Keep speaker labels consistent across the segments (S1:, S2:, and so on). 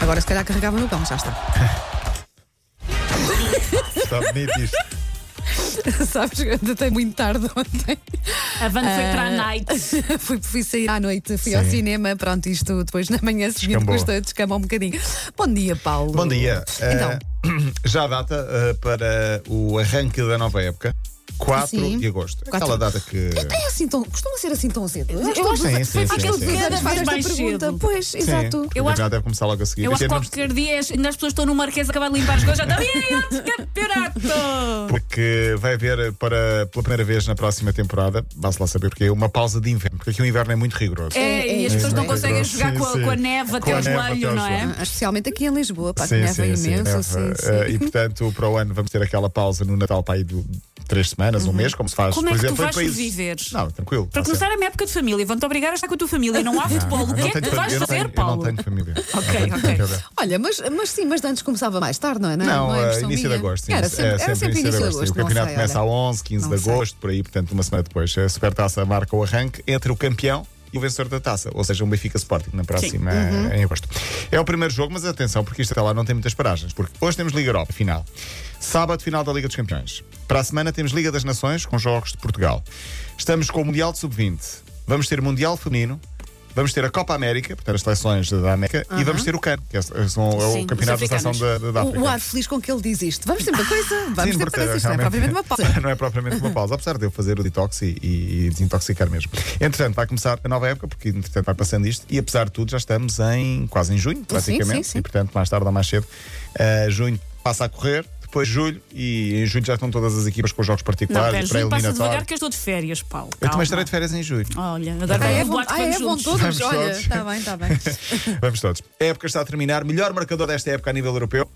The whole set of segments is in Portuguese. S1: Agora se calhar carregava no cão, já está.
S2: Está bonito isto.
S1: Sabes, eu datei muito tarde ontem.
S3: A van foi
S1: Ah.
S3: para a night.
S1: fui, fui sair à noite, fui
S2: Sim.
S1: ao cinema, pronto, isto depois na manhã seguinte
S2: Descambou.
S1: custa descamba um bocadinho. Bom dia, Paulo.
S2: Bom dia.
S1: Então,
S2: Eh, já a data eh, para o arranque da nova época, 4
S1: Sim.
S2: de agosto.
S1: Quatro.
S2: Aquela data que.
S1: é assim tão, costuma ser assim tão cedo? Eu
S2: Sim,
S1: acho que
S2: sim, sim,
S1: Aquele
S2: sim,
S1: dos anos
S2: sim.
S3: Cada
S1: faz
S3: vez
S1: esta
S3: mais
S1: pergunta.
S3: cedo.
S1: Pois, exato.
S2: Eu
S3: Eu
S2: acho...
S3: acho-
S2: deve começar logo a seguir. é
S3: Eu acho
S2: Aqui
S3: que
S2: andamos-
S3: qualquer dia as- ainda as pessoas estão no Marquês a acabar de limpar as coisas. Já estão "Ih, é campeonato!
S2: Porque vai haver eh, para, pela primeira vez na próxima temporada, vá-se lá saber porque é uma pausa de inverno, porque aqui o inverno é muito rigoroso.
S3: É,
S1: É,
S3: e as
S1: é,
S3: pessoas
S1: é,
S3: não
S1: é,
S3: conseguem
S2: é,
S3: jogar
S2: sim,
S3: com, a,
S2: sim.
S3: com a neve até
S2: Com a
S3: ao
S2: neve até
S3: joelho,
S2: ao
S3: não é?
S2: joelho.
S1: Ah, Especialmente aqui em Lisboa, pá, que neva imenso.
S2: neva.
S1: Sim, sim.
S2: Eh, E portanto, para o ano vamos ter aquela pausa no Natal para aí de três semanas,
S1: Uhum.
S2: um mês, como se faz,
S3: Como
S2: por
S3: é que tu
S2: exemplo,
S3: vais
S2: em países.
S3: sobreviver?
S2: Não, tranquilo.
S3: Para
S2: está certo.
S3: começar, é uma época de família. Vão-te obrigar a estar com a tua família. Não há futebol. O
S2: Eu
S3: que
S2: não
S3: é que
S2: tenho
S3: tu vais
S2: família, eu não
S3: fazer,
S2: tenho-
S3: Paulo?
S2: Eu não tenho família.
S3: Ok,
S2: Não tenho
S3: ok.
S2: família.
S1: Olha, mas, mas sim, mas antes começava mais tarde, não é?
S2: Não,
S1: é
S2: eh,
S1: impressão
S2: início de
S1: minha.
S2: agosto. Sim,
S1: Era
S2: é
S1: sempre, era sempre início de agosto.
S2: E o campeonato
S1: não sei,
S2: começa a
S1: olha.
S2: 11, 15
S1: Não
S2: de
S1: sei.
S2: agosto, por aí, portanto, uma semana depois. A Supertaça marca o arranque entre o campeão e o vencedor da taça, ou seja, um Benfica Sporting na próxima
S1: Uhum.
S2: eh, em agosto. É o primeiro jogo, mas atenção, porque isto até lá não tem muitas paragens, porque hoje temos Liga Europa, final. Sábado, final da Liga dos Campeões. Para a semana temos Liga das Nações com jogos de Portugal. Estamos com o Mundial de Sub-20. Vamos ter Mundial Feminino. Vamos ter a Copa América, portanto, as seleções da América, e vamos ter o CAN, que é, são- é
S3: Sim,
S2: o
S3: os
S2: campeonato da seleção da,
S3: africanos.
S2: da, da África.
S1: O, o ar feliz com que ele diz isto. Vamos ter uma coisa, vamos ter
S2: Sim, porque,
S1: para isto, não é propriamente uma pausa.
S2: não é propriamente uma pausa, apesar de eu fazer o detox e, e- e desintoxicar mesmo. Entretanto, vai começar a nova época, porque entretanto vai passando isto, e apesar de tudo, já estamos em quase em junho, praticamente,
S1: sim, sim.
S2: e portanto, mais tarde ou mais cedo, eh, junho passa a correr. Depois julho, e em julho já estão todas as equipas com os jogos
S3: Não,
S2: particulares
S3: pera,
S2: e
S3: Júlio, passa
S2: pré-eliminatório.
S3: devagar que eu estou de férias, Paulo.
S2: Eu também
S3: Calma.
S2: estarei de férias em julho.
S3: Olha, agora
S1: Ah,
S3: vai
S1: é
S3: ao
S1: bom,
S3: boate
S1: ah,
S3: que
S1: é
S3: vamos
S1: bom
S3: juntos.
S1: todos.
S2: Vamos
S1: Olha,
S2: todos.
S1: está bem, está bem.
S2: Vamos todos. A época está a terminar. Melhor marcador desta época a nível europeu.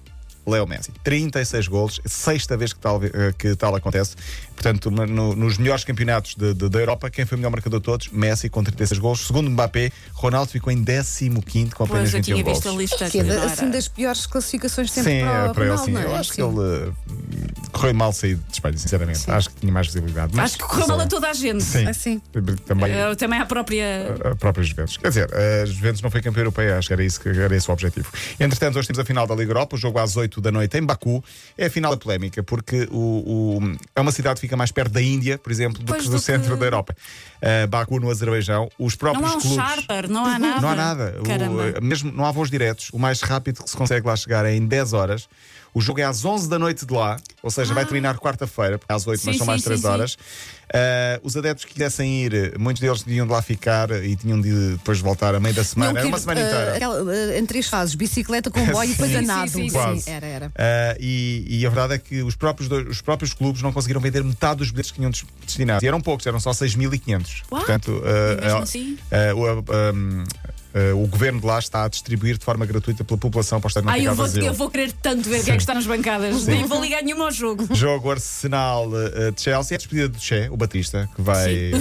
S2: Leo Messi, 36 golos, sexta vez que tal, eh, que tal acontece. Portanto, no- no- nos melhores campeonatos de- de- da Europa, quem foi o melhor marcador de todos? Messi com 36 golos. Segundo Mbappé, Ronaldo ficou em 15 com apenas
S3: Pois, eu
S2: 21
S3: tinha
S2: golos.
S3: visto a lista
S1: Que é da- assim
S3: agora.
S1: das piores classificações de sempre
S2: Sim,
S1: para,
S2: é,
S1: o
S2: para ele
S1: Ronaldo,
S2: sim.
S1: não é?
S2: Eu acho que
S1: Sim.
S2: ele eh, correu mal sair de Espanha, sinceramente. Acho que tinha mais visibilidade. Mas-
S3: Acho que correu mal a toda a gente.
S2: Sim.
S1: Ah, sim.
S2: Também.
S3: Eu também à própria.
S2: a própria Juventus. Quer dizer, a Juventus não foi campeã europeia, acho que era, isso, que era esse o objetivo. Entretanto, hoje temos a final da Liga Europa, o jogo às 8 da noite em Baku. É a final da polémica, porque o, o- é uma cidade que fica mais perto da Índia, por exemplo, do
S3: Pois
S2: que do
S3: do
S2: centro
S3: que-
S2: da Europa. Uh, Baku, no Azerbaijão, os
S3: Não
S2: próprios
S3: há um
S2: clubes.
S3: charter, não há nada.
S2: Não há nada. O- eh,
S3: Caramba.
S2: mesmo, não há voos diretos. O mais rápido que se consegue lá chegar é em 10 horas. O jogo é às 11 da noite de lá, ou seja, vai terminar quarta-feira, porque é às 8, mas
S3: Ah. Sim,
S2: são mais
S3: sim,
S2: 3
S3: sim, sim.
S2: horas. Ah, os adeptos que quisessem ir, eh, muitos deles tinham de lá ficar e tinham de depois voltar a meio da semana.
S1: Não,
S2: Era
S1: que,
S2: uma semana
S1: eh,
S2: inteira.
S1: aquela, eh, em três fases, bicicleta, comboio e depois
S3: Sim, sim,
S1: anado.
S3: sim, sim.
S2: Quase.
S1: era, era.
S2: Ah, e, e a verdade é que os próprios, dois- os próprios clubes não conseguiram vender metade dos bilhetes que tinham des- destinados. E eram poucos, eram só 6.500.
S3: Uau!
S2: Portanto,
S3: E mesmo
S2: ah, ah,
S3: assim?
S2: ah, o, ah, hum, ah, o governo de lá está a distribuir de forma gratuita pela população para o estádio não
S3: Ai, eu
S2: ficar
S3: vou,
S2: vazio.
S3: eu vou querer tanto ver quem é que está nas bancadas. Nem vou ligar nenhuma ao jogo.
S2: Jogo Arsenal eh, de Chelsea. É a despedida do Che, o Batista, que vai.
S3: Sim,
S2: eh,
S3: o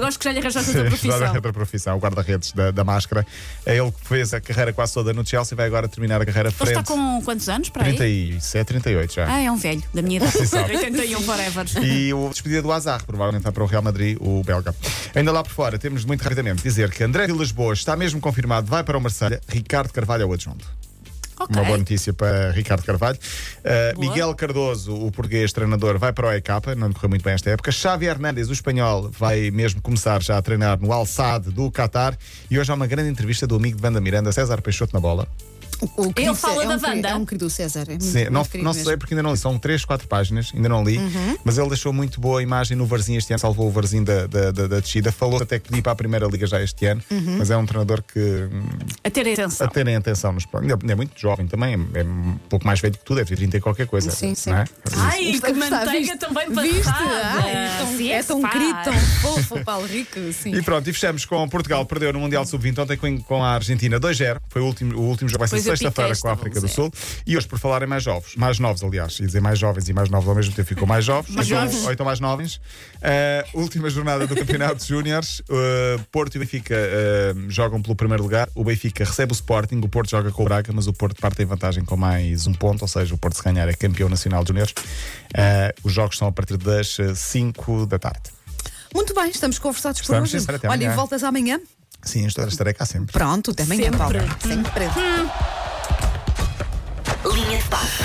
S2: despedir-
S3: gosto que já lhe arranjaste a tua
S2: Sim, vai
S3: profissão.
S2: outra profissão, o guarda-redes da, da máscara. É ele que fez a carreira quase toda no Chelsea e vai agora terminar a carreira à
S3: Ele
S2: frente.
S3: está com quantos anos para aí?
S2: 37, 38 já.
S3: Ah, é um velho, da minha idade.
S2: sabe.
S3: 81 forever.
S2: E o despedida do Azar, provavelmente vai para o Real Madrid, o belga. Ainda lá por fora, temos muito rapidamente dizer que André Vilas Boas está mesmo confirmado, vai para o Marselha, Ricardo Carvalho é o adjunto.
S3: Ok.
S2: Uma boa notícia para Ricardo Carvalho. Uh,
S3: Boa.
S2: Miguel Cardoso, o português treinador, vai para o EK, não lhe correu muito bem esta época. Xavi Hernández, o espanhol, vai mesmo começar já a treinar no Al Sadd do Qatar. E hoje há uma grande entrevista do amigo de Banda Miranda, César Peixoto na bola.
S1: O, o querido
S3: fala
S1: Cé- é
S3: da
S1: um, querido-
S3: Wanda?
S1: É um querido César. É muito-
S2: Sim,
S1: muito
S2: não,
S1: querido
S2: não
S1: mesmo. Uhum.
S2: sei porque ainda não li, são três, quatro páginas, ainda não li, mas ele deixou muito boa imagem no Varzinho este ano, salvou o Varzinho da, da, da, da descida, falou até que podia ir para a Primeira Liga já este ano,
S1: Uhum.
S2: mas é um treinador que hum,
S3: A ter atenção.
S2: a terem atenção nos ainda ainda é muito jovem também, é um pouco mais velho que tu, deve ter 30 e qualquer coisa.
S1: Sim, sim. Ah,
S2: não é?
S3: Ai,
S1: Está-
S3: que
S1: está,
S3: manteiga
S1: viste?
S3: também
S1: Viste?
S3: passada.
S1: Ai, é tão-
S3: Ah, Sim,
S1: é tão
S3: faz.
S1: querido, tão fofo, o Paulo Rico. Sim.
S2: E pronto, e fechamos com Portugal, perdeu no Mundial Sub-20 ontem com, com a Argentina 2-0. Foi o último, o último jogo, vai ser
S3: Pois eu
S2: sexta-feira
S3: piquei
S2: com a
S3: esta,
S2: África do
S3: vamos
S2: Sul. E hoje, por falarem mais jovens, mais novos, aliás, e dizer mais jovens e mais novos ao mesmo tempo, ficou mais jovens,
S3: Mais
S2: ou então-
S3: jovens.
S2: ou então mais novens. Eh, última jornada do Campeonato de Júniores. eh, Porto e Benfica eh, jogam pelo primeiro lugar. O Benfica recebe o Sporting, o Porto joga com o Braga, mas o Porto parte em vantagem com mais um ponto, ou seja, o Porto se ganhar é campeão nacional de Júniores. Eh, os jogos são a partir das 5 da tarde.
S1: Muito bem, estamos conversados por
S2: Estamos,
S1: hoje.
S2: sim, senhora, até
S1: Olha,
S2: amanhã.
S1: e voltas amanhã?
S2: Sim, estarei cá sempre.
S1: Pronto, até amanhã,
S3: Sempre.
S1: Paulo. Sempre.
S3: staff.